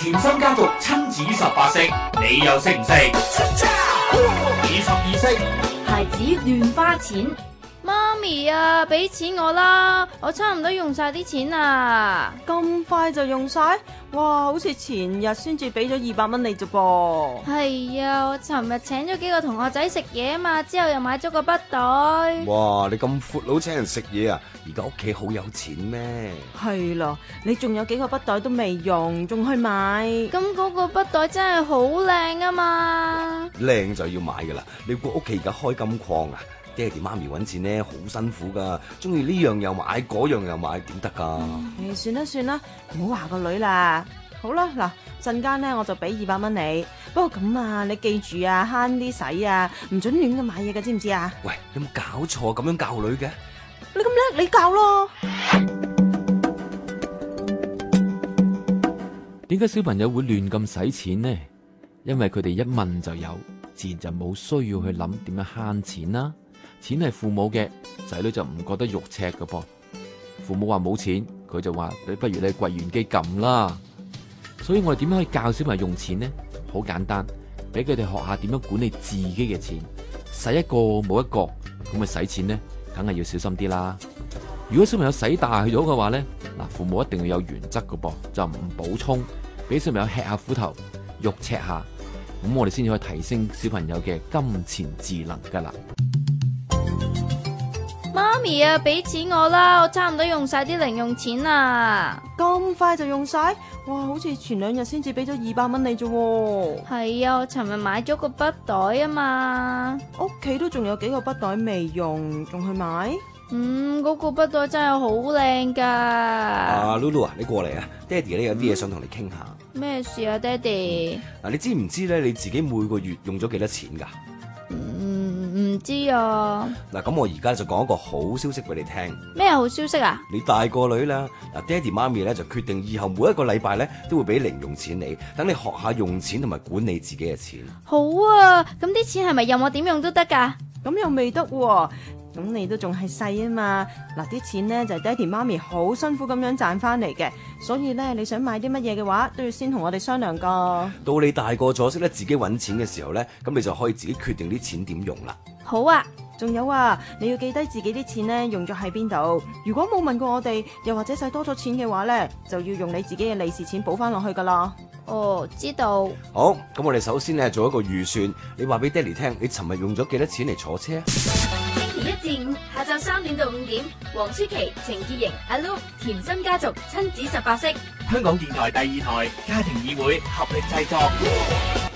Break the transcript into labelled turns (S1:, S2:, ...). S1: 甜心家族親子十八式，你又識唔識？二十二式，
S2: 孩子亂花錢，
S3: 媽咪啊，俾錢我啦，我差唔多用晒啲錢啊啦。
S4: 咁快就用晒？哇，好似前日先至俾咗二百蚊你啫噃。
S3: 係啊，我尋日請咗幾個同學仔食嘢啊嘛，之後又買咗個筆袋。
S5: 哇！你咁闊佬請人食嘢啊？而家屋企好有錢咩？
S4: 係咯，你仲有幾個筆袋都未用，仲去買？
S3: 咁嗰個筆袋真係好靚啊嘛。
S5: 靚就要買噶啦！你估屋企而家開金礦啊？爹哋媽咪揾錢咧好辛苦噶，中意呢樣又買，嗰樣又買，點得噶？
S4: 誒，算啦算啦，唔好話個女啦。好啦，嗱，陣間呢，我就俾二百蚊你。不過咁啊，你記住啊，慳啲使啊，唔准亂咁買嘢嘅，知唔知啊？
S5: 喂，有冇搞錯啊咁樣教女嘅？
S4: 你咁叻，你教咯。
S6: 點解小朋友會亂咁使錢呢？因為佢哋一問就有，自然就冇需要去諗點樣慳錢啦。錢係父母嘅，仔女就唔覺得肉赤嘅噃。父母話冇錢，佢就話你不如你櫃員機撳啦。所以我哋點樣可以教小朋友用錢呢？好簡單，俾佢哋學下點樣管理自己嘅錢，使一個冇一個，咁咪使錢呢，梗係要小心啲啦。如果小朋友使大咗嘅話呢，嗱父母一定要有原則嘅噃，就唔補充，俾小朋友吃下苦頭，肉赤下，咁我哋先至可以提升小朋友嘅金錢智能㗎啦。
S3: 媽咪啊，俾錢我啦，我差唔多用晒啲零用錢啊啦。
S4: 咁快就用晒？哇，好似前兩日先至俾咗二百蚊你啫喎，屋
S3: 係啊，我尋日買咗個筆袋啊嘛。
S4: 企都仲有幾個筆袋未用，仲去買？
S3: 嗯，嗰、個筆袋真係好靚噶。
S5: 啊，Lulu 啊，你過嚟啊！爹哋咧有啲嘢想同你傾下。
S3: 咩事啊，爹哋？
S5: 嗱，你知唔知咧你自己每個月用咗幾多錢㗎？
S3: 嗯，唔知啊。
S5: 嗱，咁我而家就講一個好消息俾你聽。
S3: 咩好消息啊？
S5: 你大個女啦，嗱，爹哋媽咪咧就決定以後每一個禮拜咧都會俾零用錢你，等你學下用錢同埋管理自己嘅錢。
S3: 好啊，咁啲錢係咪任我點用都得噶？
S4: 咁又未得喎，咁你都仲係細啊嘛。嗱，啲錢呢就係爹哋媽咪好辛苦咁樣賺翻嚟嘅，所以呢，你想買啲乜嘢嘅話，都要先同我哋商量個。
S5: 到你大個咗識咧自己揾錢嘅時候咧，咁你就可以自己決定啲錢點用啦。
S3: 好啊，
S4: 仲有啊，你要記低自己啲錢呢用咗喺邊度。如果冇問過我哋，又或者使多咗錢嘅話呢，就要用你自己嘅利是錢補翻落去噶啦。
S3: 哦，知道。
S5: 好，咁我哋首先咧做一個預算，你話俾爹哋聽，你尋日用咗幾多錢嚟坐車啊？
S2: 星期一至五下晝三點到五點，黃舒淇、程潔瑩、阿 Lu、甜心家族親子十八式。
S1: 香港電台第二台家庭議會合力製作。